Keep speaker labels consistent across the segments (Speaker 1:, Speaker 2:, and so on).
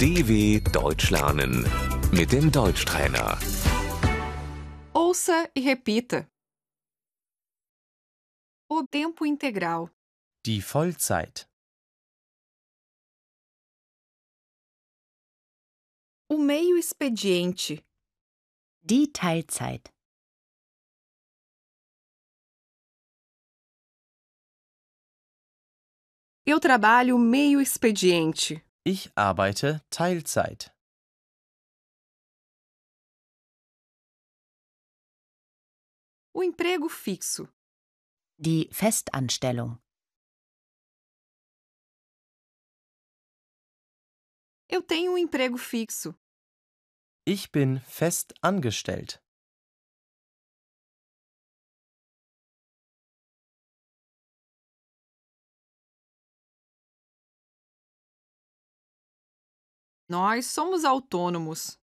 Speaker 1: DW Deutsch lernen mit dem Deutschtrainer.
Speaker 2: Ouça e repita. O tempo integral,
Speaker 3: Die Vollzeit.
Speaker 2: o meio expediente,
Speaker 4: Die Teilzeit.
Speaker 2: eu trabalho meio expediente,
Speaker 3: Ich arbeite Teilzeit.
Speaker 2: o emprego fixo,
Speaker 4: Die Festanstellung.
Speaker 2: eu tenho um emprego fixo,
Speaker 3: Ich bin fest angestellt.
Speaker 2: nós somos autônomos,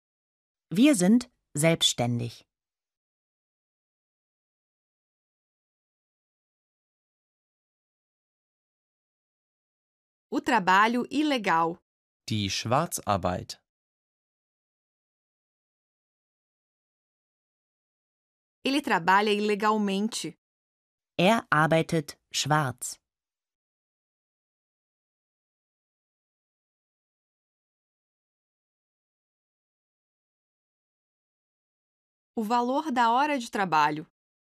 Speaker 4: Wir sind selbstständig.
Speaker 2: o trabalho ilegal,
Speaker 3: Die Schwarzarbeit.
Speaker 2: ele trabalha ilegalmente,
Speaker 4: Er arbeitet schwarz.
Speaker 2: o valor da hora de trabalho,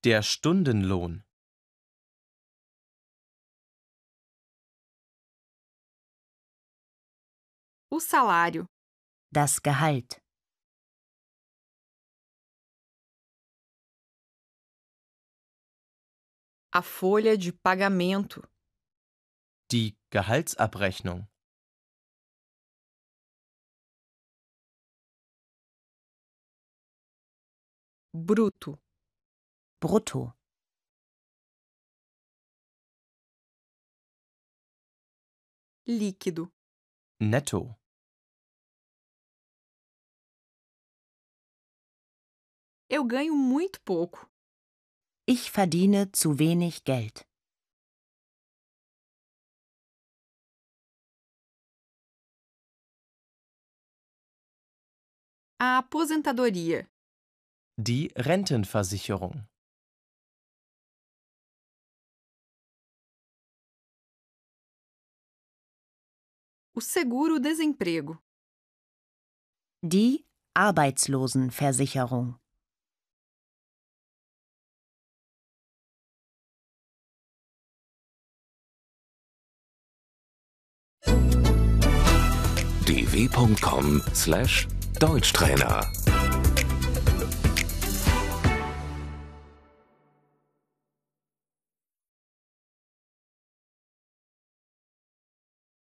Speaker 3: Der Stundenlohn.
Speaker 2: o salário,
Speaker 4: Das Gehalt.
Speaker 2: a folha de pagamento,
Speaker 3: Die Gehaltsabrechnung.
Speaker 2: bruto,
Speaker 4: Brutto.
Speaker 2: líquido,
Speaker 3: Netto.
Speaker 2: eu ganho muito pouco.
Speaker 4: Ich verdiene zu wenig Geld.
Speaker 2: A aposentadoria.
Speaker 3: Die Rentenversicherung.
Speaker 2: O seguro-desemprego.
Speaker 4: Die Arbeitslosenversicherung.
Speaker 1: dw.com/deutschtrainer